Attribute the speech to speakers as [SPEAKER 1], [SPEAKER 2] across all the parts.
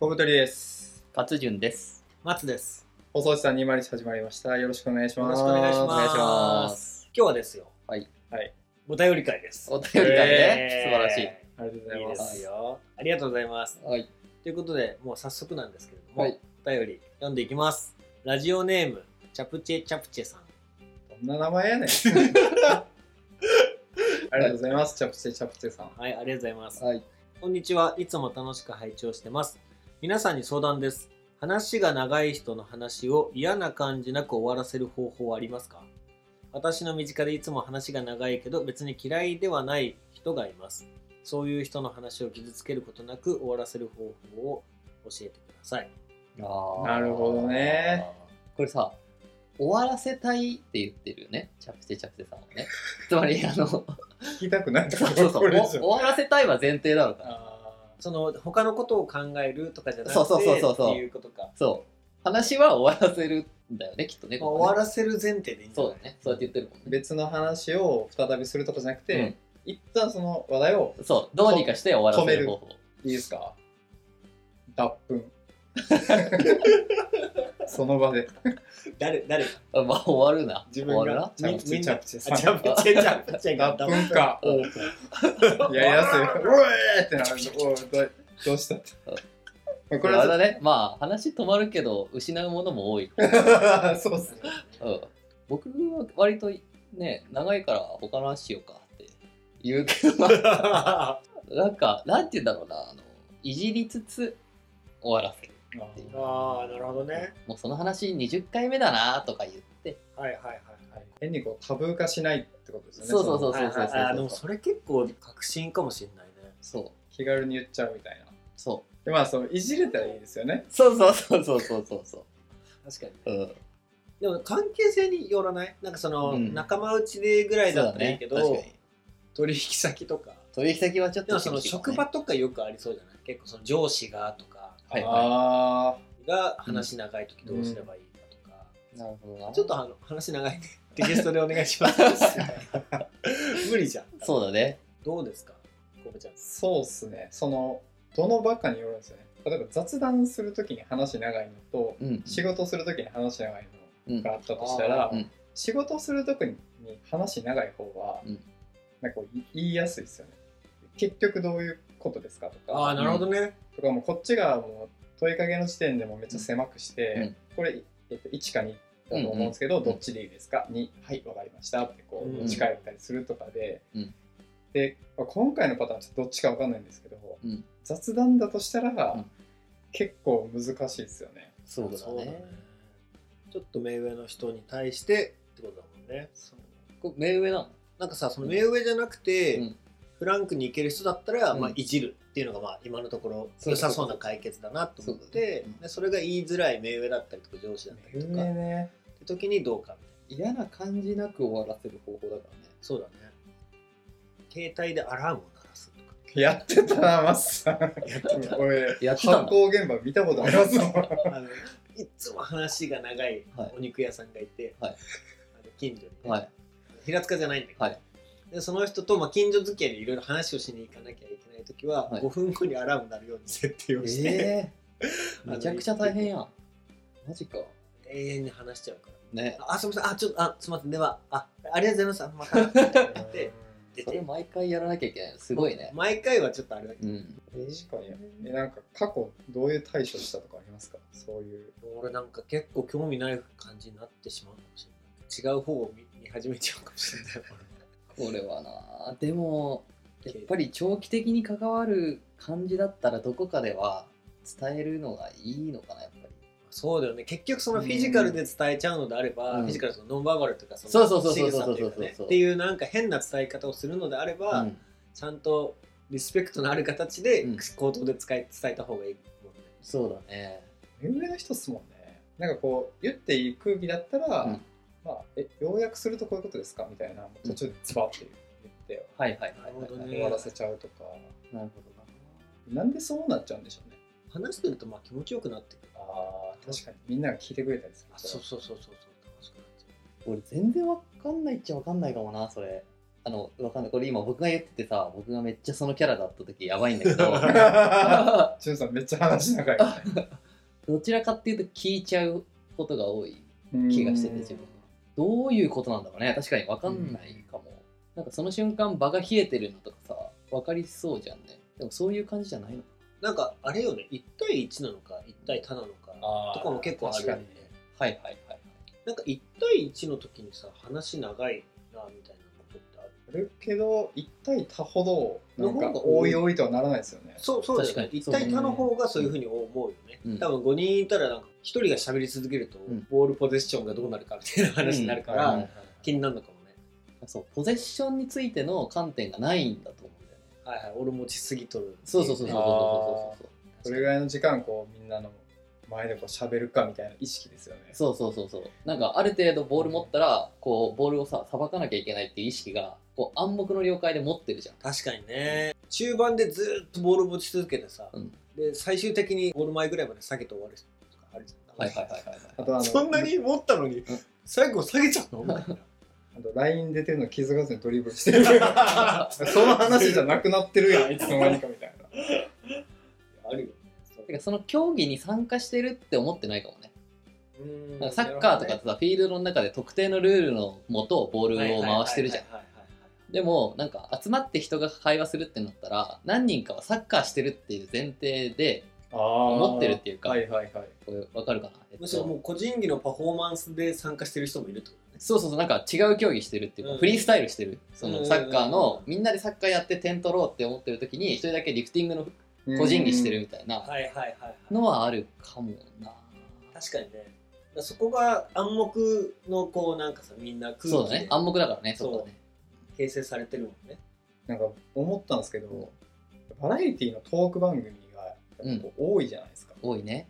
[SPEAKER 1] 小太りです。
[SPEAKER 2] 勝潤です。
[SPEAKER 3] 松です。
[SPEAKER 1] 放送師さん201始まりました。よろしくお願いします。
[SPEAKER 3] よろしくお願いします
[SPEAKER 2] お願いします。
[SPEAKER 3] 今日はですよ。
[SPEAKER 2] はい。
[SPEAKER 1] はい。
[SPEAKER 3] お便り会です。
[SPEAKER 2] お便り会ね、
[SPEAKER 3] えー
[SPEAKER 2] 素晴らしい。
[SPEAKER 1] ありがとうござい
[SPEAKER 3] いい
[SPEAKER 1] ま。
[SPEAKER 3] ですすよ。ありがとうございます。
[SPEAKER 2] はい。
[SPEAKER 3] ということで、もう早速なんですけれども、
[SPEAKER 2] はい。
[SPEAKER 3] お便り読んでいきます。ラジオネーム、チャプチェチャプチェさん。
[SPEAKER 1] どんな名前やねん。ありがとうございます。チャプチェチャプチェさん。
[SPEAKER 3] はい、ありがとうございます。
[SPEAKER 2] はい。
[SPEAKER 3] こんにちは。いつも楽しく拝聴してます。皆さんに相談です。話が長い人の話を嫌な感じなく終わらせる方法はありますか私の身近でいつも話が長いけど別に嫌いではない人がいます。そういう人の話を傷つけることなく終わらせる方法を教えてください。
[SPEAKER 2] あー
[SPEAKER 1] なるほどね。
[SPEAKER 2] これさ、終わらせたいって言ってるよね。チャプチェチャプチェさんはね。つまり、あの、そう
[SPEAKER 1] 聞きたくなった
[SPEAKER 2] そうそう。
[SPEAKER 1] これ以
[SPEAKER 2] お終
[SPEAKER 1] 上
[SPEAKER 2] わらせたいは前提だろうから。
[SPEAKER 1] あ
[SPEAKER 3] その他のことを考えるとかじゃなくて
[SPEAKER 2] そうそうそうそうそう
[SPEAKER 3] っていうことか。
[SPEAKER 2] そう。話は終わらせるんだよね、きっとね。
[SPEAKER 3] まあ終わ
[SPEAKER 2] ら
[SPEAKER 3] らせる前提でいいんじゃ
[SPEAKER 2] そ
[SPEAKER 3] な
[SPEAKER 2] う
[SPEAKER 3] い
[SPEAKER 2] だよね。そうやって言ってるも
[SPEAKER 1] ー
[SPEAKER 2] んね。
[SPEAKER 1] 別の話を再びするとかじゃなくて、一旦その話題を
[SPEAKER 2] うんそう。どうにかして終わらせる方法。
[SPEAKER 1] いいですか脱粉。その場で。
[SPEAKER 3] 誰、誰か。
[SPEAKER 2] あまあ、終わるな。
[SPEAKER 1] 自
[SPEAKER 2] 終
[SPEAKER 1] 分
[SPEAKER 2] わる
[SPEAKER 1] が
[SPEAKER 2] な。
[SPEAKER 1] チャプチェチャプチェ
[SPEAKER 3] あチ
[SPEAKER 1] さん。
[SPEAKER 3] ャプチェチャプチェが
[SPEAKER 1] 脱粉 か。
[SPEAKER 2] うん
[SPEAKER 1] やりやすい。うえーってなる。おいどうどうしたって。こ
[SPEAKER 2] こ
[SPEAKER 1] れ
[SPEAKER 2] れあれ
[SPEAKER 1] は
[SPEAKER 2] だね。まあ、話止まるけど、失うものも多い。
[SPEAKER 1] そうっすね。
[SPEAKER 2] うん、僕は割とね長いから他の話しようかって言うけど なんかなんて言うんだろうなあのいじりつつ終わらせる
[SPEAKER 3] ああ、なるほどね。
[SPEAKER 2] もうその話20回目だなとか言って
[SPEAKER 3] はいはいはいはい。
[SPEAKER 1] 変にこうタブー化しないってことですよね。
[SPEAKER 2] そうそうそう
[SPEAKER 1] の
[SPEAKER 2] そうそう
[SPEAKER 3] あーで
[SPEAKER 2] そ
[SPEAKER 3] も
[SPEAKER 2] うそう
[SPEAKER 3] それ結構革新かもしれないね。
[SPEAKER 2] そう
[SPEAKER 1] 気軽に言っちゃうみたいな。
[SPEAKER 2] そ
[SPEAKER 1] でまあそのいじれたらいいですよね。
[SPEAKER 2] うそうそうそうそうそうそ
[SPEAKER 3] 確かに。
[SPEAKER 2] う、うん、
[SPEAKER 3] でも関係性によらないなんかその、
[SPEAKER 2] うん
[SPEAKER 3] 仲間内でぐらいだったらいいけど、
[SPEAKER 2] そうだね確かに
[SPEAKER 3] 取引先とか。
[SPEAKER 2] 取引先はちょっ
[SPEAKER 3] で
[SPEAKER 2] と
[SPEAKER 3] もその職場とかよくありそうじゃない結構その上司がとか
[SPEAKER 2] はいは
[SPEAKER 1] あ
[SPEAKER 3] が話長い時どうすればいいかとか。
[SPEAKER 2] いなるほどな
[SPEAKER 3] ちょっとあの話長いね。テキストでお願いし ます。無理じゃん。
[SPEAKER 2] そうだね
[SPEAKER 3] どうですかコブちゃん
[SPEAKER 1] あ、。そうっすね。そのどのバカによるんですよね。例えば雑談するときに話長いのと
[SPEAKER 2] うん
[SPEAKER 1] 仕事するときに話長い
[SPEAKER 2] うん
[SPEAKER 1] のがあったとしたら、
[SPEAKER 2] うん
[SPEAKER 1] 仕事するときに話長い方は、
[SPEAKER 2] うん
[SPEAKER 1] なんかこう言いやすいですよね。結局どういうことですかとか。
[SPEAKER 3] ああ、なるほどね。
[SPEAKER 1] とかもうこっちがもう問いかけの時点でもめっちゃ狭くして、
[SPEAKER 2] うん
[SPEAKER 1] これ、えっと、1か2だと思うんですけど、どっちでいいですか2はいわかりましたってこ
[SPEAKER 3] うん
[SPEAKER 1] う持ち帰ったりするとかで、
[SPEAKER 2] うん
[SPEAKER 1] でまあ今回のパターンちょっとどっちかわかんないんですけど、
[SPEAKER 2] うん
[SPEAKER 1] 雑談だとしたら、
[SPEAKER 2] ん
[SPEAKER 1] 結構難しいですよね
[SPEAKER 2] そうだね
[SPEAKER 3] ちょっと目上の人に対してってことだもんね
[SPEAKER 2] これ目上なの
[SPEAKER 3] なんかさその目上じゃなくて、
[SPEAKER 2] うん
[SPEAKER 3] フランクにいける人だったら、
[SPEAKER 2] うん
[SPEAKER 3] まあ、いじるっていうのが、まあ、今のところ
[SPEAKER 2] そうそうそう
[SPEAKER 3] 良さそうな解決だなと思っ
[SPEAKER 2] そ
[SPEAKER 3] て
[SPEAKER 2] うだねうん
[SPEAKER 3] でそれが言いづらい目上だったりとか上司だったりとかっ
[SPEAKER 1] ね
[SPEAKER 3] て時にどうかみたいな
[SPEAKER 2] 嫌な感じなく終わらせる方法だからね
[SPEAKER 3] そうだね携帯でアラームを鳴らすとか
[SPEAKER 1] やってたなマッサン
[SPEAKER 3] やってた
[SPEAKER 1] 俺
[SPEAKER 2] やってたの
[SPEAKER 1] 発行現場見たことありますもん
[SPEAKER 3] あのいつも話が長い
[SPEAKER 2] はい
[SPEAKER 3] お肉屋さんがいて、
[SPEAKER 2] はい
[SPEAKER 3] あの近所にね、
[SPEAKER 2] はい
[SPEAKER 3] 平塚じゃないんだけど、
[SPEAKER 2] はい
[SPEAKER 3] でその人とまあ近所付き合いでいろいろ話をしに行かなきゃいけない時は、
[SPEAKER 2] はい
[SPEAKER 3] 5分後にアラーム鳴るように設定をして、
[SPEAKER 2] ええめちゃくちゃ大変やん。マジか。
[SPEAKER 3] 永遠に話しちゃうか
[SPEAKER 2] ね。
[SPEAKER 3] らあすみませんあちょっとあすみませんではあありがとうございますあまたみたいな感じで出
[SPEAKER 2] それ
[SPEAKER 3] て
[SPEAKER 2] 毎回やらなきゃいけないの。すごいね。
[SPEAKER 3] 毎回はちょっとあれだ
[SPEAKER 2] う
[SPEAKER 3] け
[SPEAKER 2] ん。
[SPEAKER 1] 確かにえなんか過去どういう対処したとかありますかそういう
[SPEAKER 3] ど俺なんか結構興味ない感じになってしまうかもしれない違う方を見見始めちゃうかもしれない
[SPEAKER 2] これはな。でも、やっぱり長期的に関わる感じだったらどこかでは伝えるのがいいのかな、やっぱり。
[SPEAKER 3] そうだよね結局そのフィジカルで伝えちゃうのであれば、
[SPEAKER 2] うん
[SPEAKER 3] フィジカルとかノンバーバルとかそ
[SPEAKER 2] そう
[SPEAKER 3] の
[SPEAKER 2] そうそうそう
[SPEAKER 3] 仕草っていうかね
[SPEAKER 2] そうそうそうそう
[SPEAKER 3] っていうなんか変な伝え方をするのであれば、
[SPEAKER 2] うん
[SPEAKER 3] ちゃんとリスペクトのある形で
[SPEAKER 2] うん
[SPEAKER 3] 口頭で使い伝えた方がいいもんね、
[SPEAKER 2] そうだね。
[SPEAKER 1] 目上の人っすもんねなんかこう言っていい空気だったら、
[SPEAKER 2] うん
[SPEAKER 1] まあえ要約するとこういうことですかみたいな途中でズバッて言って
[SPEAKER 2] はいはいはい
[SPEAKER 3] なるほどね
[SPEAKER 1] 終わらせちゃうとか、
[SPEAKER 2] なるほどな。
[SPEAKER 1] なんでそうなっちゃうんでしょうね
[SPEAKER 3] 話してるとまあ気持ちよくなってくる
[SPEAKER 1] あ確かにみんなが聞いてくれたりする
[SPEAKER 3] あそうそうそうそうそう楽しくなっちゃ
[SPEAKER 2] 俺全然わかんないっちゃわかんないかもな、それ。あの、わかんない。これ今僕が言っててさ、僕がめっちゃそのキャラだった時やばいんだけど、
[SPEAKER 1] ジュンさんめっちゃ話仲良いね
[SPEAKER 2] どちらかっていうと聞いちゃうことが多い
[SPEAKER 1] うん
[SPEAKER 2] 気がしてて自分はどういうことなんだろうね確かに分かんないかも、なんかその瞬間場が冷えてるのとかさ分かりそうじゃんねでもそういう感じじゃないの
[SPEAKER 3] なんかあれよね1対1なのか1対他なのか
[SPEAKER 1] あー
[SPEAKER 3] とかも結構あるよね
[SPEAKER 1] 確か
[SPEAKER 2] はいはいはい
[SPEAKER 3] なんか1対1の時にさ話長いなみたいなことってある
[SPEAKER 1] にあるけど一対他ほどなんか
[SPEAKER 3] の方が多
[SPEAKER 1] 多
[SPEAKER 3] い
[SPEAKER 1] い多いとはならないですよね
[SPEAKER 3] そうそうだよ
[SPEAKER 2] 確
[SPEAKER 3] ね
[SPEAKER 2] かに
[SPEAKER 3] 1対他の方がそういうふうに思うよね、
[SPEAKER 2] うん
[SPEAKER 3] 多分5人いたらなんか1人が喋り続けると、
[SPEAKER 2] ん
[SPEAKER 3] ボールポゼッションがどうなるかみたいな話になるから、
[SPEAKER 2] うん
[SPEAKER 3] 気になるのかもね
[SPEAKER 2] そうポゼッションについての観点がないんだと思うんだよね
[SPEAKER 3] はいはい俺持ちすぎとる
[SPEAKER 2] そうそうそうそうそうそうそう
[SPEAKER 1] それぐらいの時間こうみんなの前でこう喋るかみたいな意識ですよね
[SPEAKER 2] そうそうそうそうなんかある程度ボール持ったらこうボールをささばかなきゃいけないっていう意識がこう暗黙の了解で持ってるじゃん
[SPEAKER 3] 確かにね中盤でずっとボール持ち続けてさ、
[SPEAKER 2] うん
[SPEAKER 3] で最終的にゴール前ぐらいまで下げて終わる人とかあるじゃん、
[SPEAKER 2] はいはいはいはい
[SPEAKER 1] あとあの
[SPEAKER 3] そんなに持ったのに、最後下げちゃう のみたいな
[SPEAKER 1] あと LINE 出てるの気づかずにドリブルしてる その話じゃなくなってる やんいつの間にかみたいな
[SPEAKER 3] あるよね
[SPEAKER 2] てかその競技に参加してるって思ってないかもね
[SPEAKER 3] うん
[SPEAKER 2] なんかサッカーとかってさ、フィールドの中で特定のルールのもとボールを回してるじゃん。
[SPEAKER 3] はいはいはいはいはい
[SPEAKER 2] でも、なんか集まって人が会話するってなったら、何人かはサッカーしてるっていう前提で、
[SPEAKER 1] 思
[SPEAKER 2] 持ってるっていうか
[SPEAKER 1] はいはいはい
[SPEAKER 2] これわかるかな、えっと
[SPEAKER 3] むしろもう個人技のパフォーマンスで参加してる人もいるってことね
[SPEAKER 2] そうそうそう、なんか違う競技してるっていうか、
[SPEAKER 3] うん
[SPEAKER 2] フリースタイルしてる。そ
[SPEAKER 3] うん
[SPEAKER 2] のサッカーの、みんなでサッカーやって点取ろうって思ってる時に、一人だけリフティングの個人技してるみたいな
[SPEAKER 3] はいはいはいはい
[SPEAKER 2] のはあるかもな。
[SPEAKER 3] 確かにねだからそこが暗黙のこうなんかさみんな空
[SPEAKER 2] そう
[SPEAKER 3] 気
[SPEAKER 2] だね
[SPEAKER 3] で、
[SPEAKER 2] 暗黙だからね、そこはね。
[SPEAKER 3] 形成されてるもんね
[SPEAKER 1] なんか思ったんですけど、バラエティのトーク番組がやっぱこう多いじゃないですか、
[SPEAKER 2] 多いね。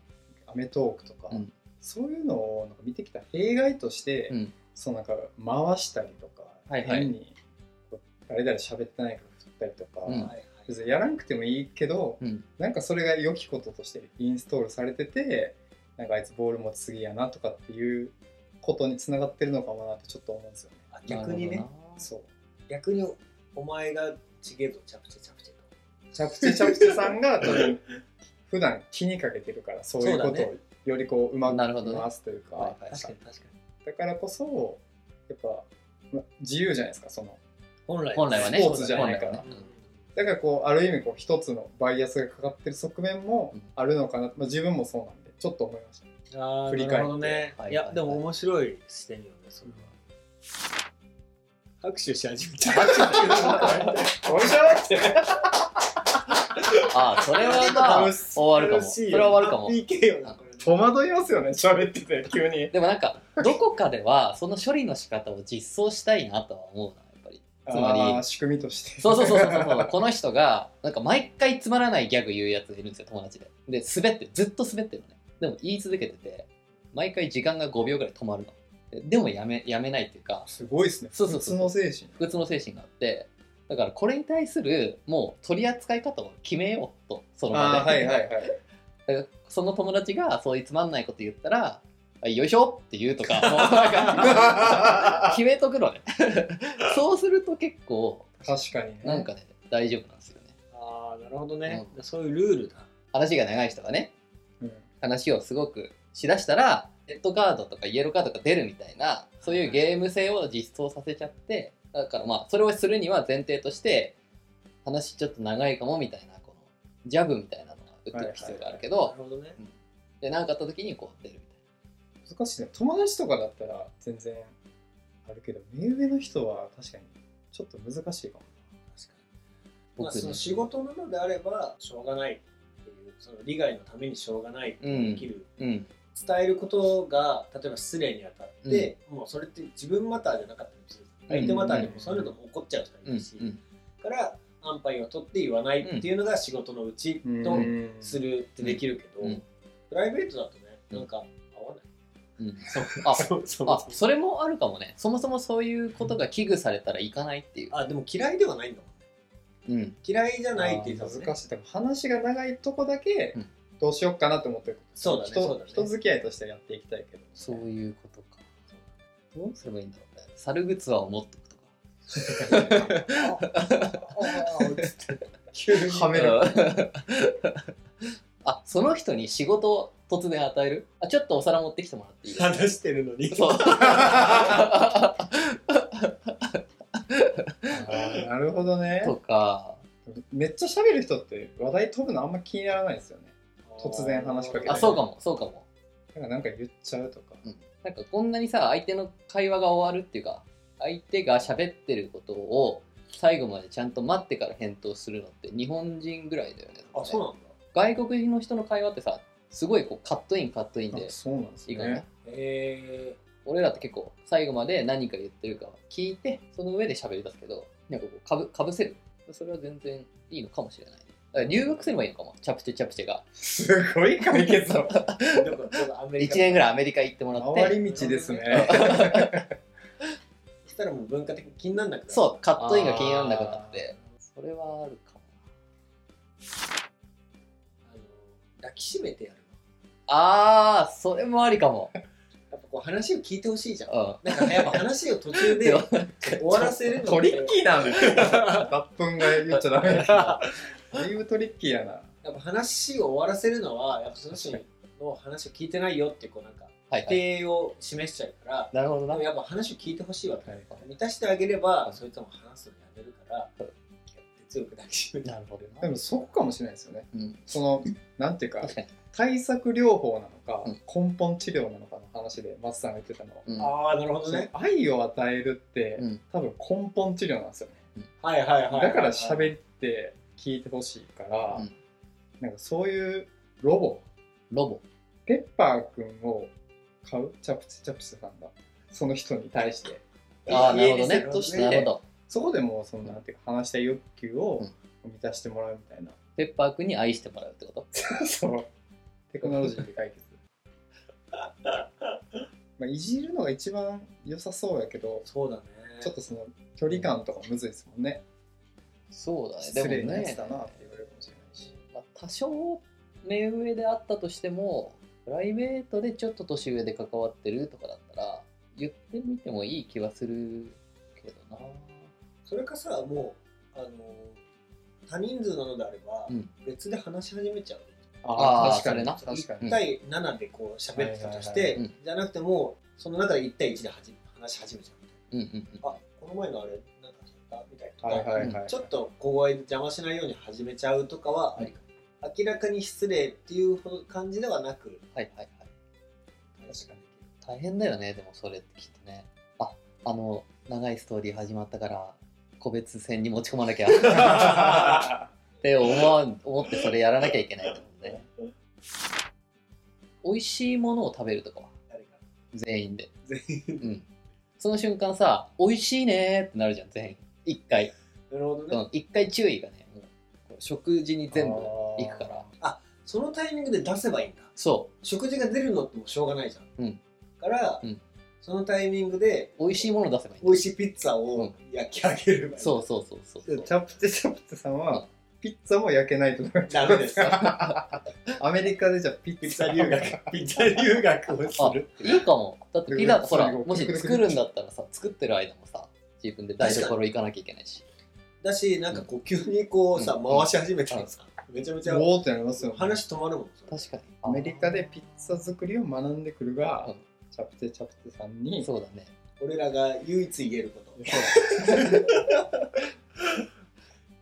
[SPEAKER 1] アメトーークとか、
[SPEAKER 2] うん
[SPEAKER 1] そういうのをなんか見てきた弊害として、
[SPEAKER 2] うん
[SPEAKER 1] そのなんか回したりとか、
[SPEAKER 2] はいはい
[SPEAKER 1] 変にこう誰々喋ってないから振ったりとか、
[SPEAKER 2] うん
[SPEAKER 3] はいはい
[SPEAKER 1] 別にやらなくてもいいけど
[SPEAKER 2] うん。
[SPEAKER 1] なんかそれが良きこととしてインストールされててなんかあいつボール持ちすぎやなとかっていうことにつながってるのかもなってちょっと思うんですよね。
[SPEAKER 3] あ逆に
[SPEAKER 2] な
[SPEAKER 3] ね
[SPEAKER 2] るほどな。
[SPEAKER 1] そう
[SPEAKER 3] 逆にお前がちげえぞチャプチェチャプチェと
[SPEAKER 1] チャプチェチャプチェさん が多分普段気にかけてるからそういうこ
[SPEAKER 3] そうだ
[SPEAKER 1] と
[SPEAKER 3] ね
[SPEAKER 1] をよりこううまく
[SPEAKER 2] なるほどね
[SPEAKER 1] 回すというか
[SPEAKER 2] はいはい
[SPEAKER 3] 確かに確かに
[SPEAKER 1] だからこそやっぱま自由じゃないですかその
[SPEAKER 3] 本来
[SPEAKER 2] 本来はね
[SPEAKER 1] スポーツじゃないから
[SPEAKER 2] 本来はね
[SPEAKER 1] だからこうある意味こう一つのバイアスがかかってる側面も
[SPEAKER 2] うん
[SPEAKER 1] あるのかな、まあ、自分もそうなんでちょっと思いました
[SPEAKER 3] ああ
[SPEAKER 1] 振
[SPEAKER 3] な
[SPEAKER 1] り返って
[SPEAKER 3] るほどね
[SPEAKER 2] はいい
[SPEAKER 3] や
[SPEAKER 2] はい
[SPEAKER 3] でも面白い視点よねそれは拍手し始めた
[SPEAKER 1] 面白くて
[SPEAKER 2] ああ、それはまあ、
[SPEAKER 1] 楽しい
[SPEAKER 2] 終わるかも。それは終わるかも。
[SPEAKER 3] PK よなこれね
[SPEAKER 1] 戸惑いますよね喋ってて急に
[SPEAKER 2] でもなんか、どこかでは、その処理の仕方を実装したいなとは思うな、やっぱり。 つまり
[SPEAKER 1] あー仕組みとして
[SPEAKER 2] そうそうそうそうそう。この人が、なんか毎回つまらないギャグ言うやつがいるんですよ、友達で。で、滑ってる、ずっと滑ってるのね。でも言い続けてて、毎回時間が5秒ぐらい止まるの。ででもやめ、やめないっていうか、
[SPEAKER 1] すごいですね
[SPEAKER 2] そうそうそう
[SPEAKER 1] 普通の精 神
[SPEAKER 2] 不屈の精神があって、だからこれに対する、もう取り扱い方を決めようと、その場で。
[SPEAKER 1] ああーはいはいはい
[SPEAKER 2] だからその友達がそういうつまんないこと言ったら「よいしょ!」って言うと かもうなんか決めとくのね そうすると結構
[SPEAKER 1] 確かにね
[SPEAKER 2] なんかね大丈夫なんですよね
[SPEAKER 3] ああなるほどねそういうルールだ
[SPEAKER 2] 話が長い人がね
[SPEAKER 1] うん
[SPEAKER 2] 話をすごくしだしたらレッドカードとかイエローカードが出るみたいなそういうゲーム性を実装させちゃってだからまあそれをするには前提として話ちょっと長いかもみたいなこのジャブみたいなのが打っておく必要があるけ
[SPEAKER 3] な
[SPEAKER 2] ど
[SPEAKER 3] るほどね
[SPEAKER 2] で何かあった時にこう出るみたいな。
[SPEAKER 1] 難しいね友達とかだったら全然あるけど目上の人は確かにちょっと難しいかも
[SPEAKER 3] 確かに
[SPEAKER 2] 僕ね
[SPEAKER 3] まあ、その仕事なのであればしょうがないっていうその利害のためにしょうがないってできる、
[SPEAKER 2] うん
[SPEAKER 3] 伝えることが例えば失礼に当たって、もうそれって自分マターじゃなかったりする相手マターでもそういうのも怒っちゃう人
[SPEAKER 2] う
[SPEAKER 3] い
[SPEAKER 2] ん
[SPEAKER 3] るし、から安牌を取って言わないっていうのが仕事のうち
[SPEAKER 1] な
[SPEAKER 3] と
[SPEAKER 1] うん
[SPEAKER 3] するってできるけど、
[SPEAKER 2] うん
[SPEAKER 3] プライベートだとねなんか合わない、
[SPEAKER 2] うんうんそうあ
[SPEAKER 3] そうそ
[SPEAKER 2] あそれもあるかもねそもそもそういうことが危惧されたら行かないっていう、
[SPEAKER 3] あでも嫌いではないんだもんね
[SPEAKER 2] うん、
[SPEAKER 3] 嫌いじゃないっていう
[SPEAKER 1] あ
[SPEAKER 3] のは
[SPEAKER 1] ー
[SPEAKER 3] ね
[SPEAKER 1] 難しい多分話が長いとこだけ
[SPEAKER 2] うん
[SPEAKER 1] どうしようかなと思ってる、
[SPEAKER 3] そうだねそう
[SPEAKER 1] 人
[SPEAKER 3] だね
[SPEAKER 1] 人付き合いとしてやっていきたいけど
[SPEAKER 2] そういうことかどうすればいいんだろうね猿グツアを持っとくとか
[SPEAKER 1] 急 にはめる。
[SPEAKER 2] あその人に仕事を突然与えるあちょっとお皿持ってきてもらっていいですか
[SPEAKER 3] 話してるのに
[SPEAKER 2] そう
[SPEAKER 1] あーなるほどね。
[SPEAKER 2] とか
[SPEAKER 1] めっちゃ喋る人って話題飛ぶのあんま気にならないですよね。突然話しかけて
[SPEAKER 2] あそうかもそうかも
[SPEAKER 1] なんかなんか言っちゃうとか。
[SPEAKER 2] なんかこんなにさ相手の会話が終わるっていうか相手が喋ってることを最後までちゃんと待ってから返答するのって日本人ぐらいだよね
[SPEAKER 3] あそうなんだ
[SPEAKER 2] 外国人の人の会話ってさすごいこうカットインカットイン
[SPEAKER 1] あ
[SPEAKER 2] で
[SPEAKER 1] そうなんです
[SPEAKER 2] いいかな
[SPEAKER 1] ね。
[SPEAKER 3] え
[SPEAKER 2] 俺らって結構最後まで何か言ってるか聞いてその上で喋り出すけどなんかこうかぶかぶせるそれは全然いいのかもしれないだから留学すればいいのかもチャプチェチャプチェが
[SPEAKER 1] すごい解決だ。
[SPEAKER 3] ー、どこどこアメリ
[SPEAKER 2] 1
[SPEAKER 3] カ
[SPEAKER 2] 年ぐらいアメリカ行ってもらって
[SPEAKER 1] 回り道ですね。
[SPEAKER 3] したらもう文化的に気にならなくなる
[SPEAKER 2] そうカットインが気にならなくなってそれはあるかも
[SPEAKER 3] あの抱きしめてやる
[SPEAKER 2] ああそれもありかも、
[SPEAKER 3] やっぱこう話を聞いてほしいじゃん
[SPEAKER 2] うん、
[SPEAKER 3] なんかやっぱ話を途中で
[SPEAKER 2] でも
[SPEAKER 3] 終わらせるのって
[SPEAKER 1] トリッキーなんだよ。脱粉が言っちゃダメだ。だいぶトリッキーやな。
[SPEAKER 3] やっぱ話を終わらせるのはやっぱその人の話を聞いてないよってこうなんか
[SPEAKER 2] はい、
[SPEAKER 3] 否
[SPEAKER 2] はい、
[SPEAKER 3] 定を示しちゃうから、
[SPEAKER 2] なるほどな
[SPEAKER 3] でもやっぱ話を聞いてほしいわけ、
[SPEAKER 1] はい
[SPEAKER 3] 満たしてあげればそいつも話すのやめるから、
[SPEAKER 2] うん
[SPEAKER 3] 強く抱きしめて
[SPEAKER 2] なるほどな
[SPEAKER 1] でもそこかもしれないですよね。
[SPEAKER 2] うん、
[SPEAKER 1] その、なんていうか
[SPEAKER 2] 確、かに、
[SPEAKER 1] 対策療法なのか、根本治療なのかの話で松さんが言ってたの。
[SPEAKER 2] うん、は
[SPEAKER 3] ああなるほどね
[SPEAKER 1] 愛を与えるって、
[SPEAKER 2] うん
[SPEAKER 1] 多分根本治療なんですよね。
[SPEAKER 3] はいはいはいはい
[SPEAKER 1] だから喋って聞いてほしいから、
[SPEAKER 2] うん
[SPEAKER 1] なんかそういうロボ、
[SPEAKER 2] ロボ
[SPEAKER 1] ペッパーくんを買う、チャプチェチャプチェさんが、その人に対して。
[SPEAKER 2] ああなるほど
[SPEAKER 3] 家
[SPEAKER 2] ね
[SPEAKER 3] ですよ
[SPEAKER 1] として
[SPEAKER 2] なるほど
[SPEAKER 1] そこでもうそのなんていうか話したい欲求を
[SPEAKER 2] うん
[SPEAKER 1] 満たしてもらうみたいな、
[SPEAKER 2] ペッパーくんに愛してもらうってこと
[SPEAKER 1] そうテクノロジーで 解決まあいじるのが一番良さそうやけど
[SPEAKER 3] そうだね
[SPEAKER 1] ちょっとその距離感とかむずいですもんね
[SPEAKER 2] そうだね
[SPEAKER 1] 失
[SPEAKER 2] で
[SPEAKER 1] 礼
[SPEAKER 2] も
[SPEAKER 1] なや
[SPEAKER 2] ね
[SPEAKER 1] つだなって言われるかもしれないし、
[SPEAKER 2] まあ、多少目上であったとしてもプライベートでちょっと年上で関わってるとかだったら言ってみてもいい気はするけどな
[SPEAKER 3] それかさもうあの多人数なのであれば、
[SPEAKER 2] うん
[SPEAKER 3] 別で話し始めちゃう
[SPEAKER 2] あー
[SPEAKER 1] 確か
[SPEAKER 2] それ
[SPEAKER 1] に
[SPEAKER 2] な
[SPEAKER 1] 確か
[SPEAKER 3] 1
[SPEAKER 1] に、
[SPEAKER 3] 対7でこう喋ってたとして、
[SPEAKER 1] はいはい
[SPEAKER 2] はいうん
[SPEAKER 3] じゃなくてもその中で1対1ではじ話し始めちゃうみた
[SPEAKER 2] うん
[SPEAKER 3] い
[SPEAKER 2] うんうん
[SPEAKER 3] なあこの前のあれなんかあったみたいなとか、
[SPEAKER 1] はいはいはい、
[SPEAKER 3] ちょっと小声で邪魔しないように始めちゃうとかはありかも、明らかに失礼っていうほど感じではなく
[SPEAKER 2] はいはいはい
[SPEAKER 3] 確かに
[SPEAKER 2] 大変だよねでもそれってきっとねああの長いストーリー始まったから個別戦に持ち込まなき ゃって思わん思ってそれやらなきゃいけないと思うね美味しいものを食べるとかは
[SPEAKER 3] 誰か
[SPEAKER 2] 全員で
[SPEAKER 3] 全
[SPEAKER 2] うんその瞬間さ美味しいねーってなるじゃん全員一回
[SPEAKER 3] なるほど
[SPEAKER 2] う
[SPEAKER 3] ね、
[SPEAKER 2] ん一回注意がねもうこう食事に全部
[SPEAKER 1] 行
[SPEAKER 2] 行くから
[SPEAKER 3] そのタイミングで出せばいいんだ
[SPEAKER 2] そ
[SPEAKER 3] 食事が出るのってもうしょうがないじゃん、
[SPEAKER 2] うん
[SPEAKER 3] から、
[SPEAKER 2] うん
[SPEAKER 3] そのタイミングで
[SPEAKER 2] う美味しいもの出せばいいん
[SPEAKER 3] 美
[SPEAKER 2] だ
[SPEAKER 3] 味しいピッツァ
[SPEAKER 2] う
[SPEAKER 3] を
[SPEAKER 2] ん
[SPEAKER 3] 焼き上げる、
[SPEAKER 2] そうそうそうそうそう
[SPEAKER 1] チャプチェチャプチェさん
[SPEAKER 2] うん
[SPEAKER 1] はピッツァも焼けないとダメ
[SPEAKER 3] ダメです
[SPEAKER 1] アメリカでじゃあピ
[SPEAKER 3] ピ
[SPEAKER 1] ッ
[SPEAKER 3] ッ
[SPEAKER 1] ツ
[SPEAKER 3] ツ
[SPEAKER 1] ァ
[SPEAKER 3] ァ留学 ピッツァ留学をする
[SPEAKER 2] いいかも。だってピザ、
[SPEAKER 1] うん
[SPEAKER 2] ほら、
[SPEAKER 1] 最後
[SPEAKER 2] もし作るんだったらさ、作ってる間もさ、自分で台所行かなきゃいけないし。
[SPEAKER 3] だしなんかこう急にこうさ、
[SPEAKER 2] うん
[SPEAKER 3] 回し始めたらさ、めちゃめちゃ
[SPEAKER 1] おーってなりますよ、ね、
[SPEAKER 3] 話止まるもんそれ
[SPEAKER 2] 確かに。
[SPEAKER 1] アメリカでピッツァ作りを学んでくるが、
[SPEAKER 2] うん
[SPEAKER 1] チャプチェチャプチェさんに
[SPEAKER 2] そうだね。
[SPEAKER 3] 俺らが唯一言えること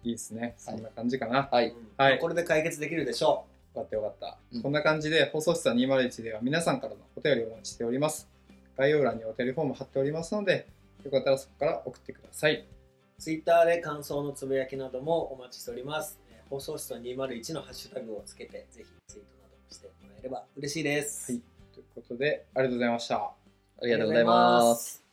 [SPEAKER 1] いいですねそんな感じかな、
[SPEAKER 2] はい。
[SPEAKER 1] はい
[SPEAKER 3] これで解決できるでしょ。
[SPEAKER 1] よかったよかった、
[SPEAKER 2] うん
[SPEAKER 1] こんな感じで放送室は201では皆さんからのお便りをお待ちしております概要欄にお便りフォーム貼っておりますのでよかったらそこから送ってくださいう
[SPEAKER 3] ツイッターで感想のつぶやきなどもお待ちしております。えー放送室201のハッシュタグをつけて、ぜひツイートなどもしてもらえれば嬉しいです。
[SPEAKER 1] はいということでありがとうございました
[SPEAKER 2] ありがとうございます。
[SPEAKER 3] す。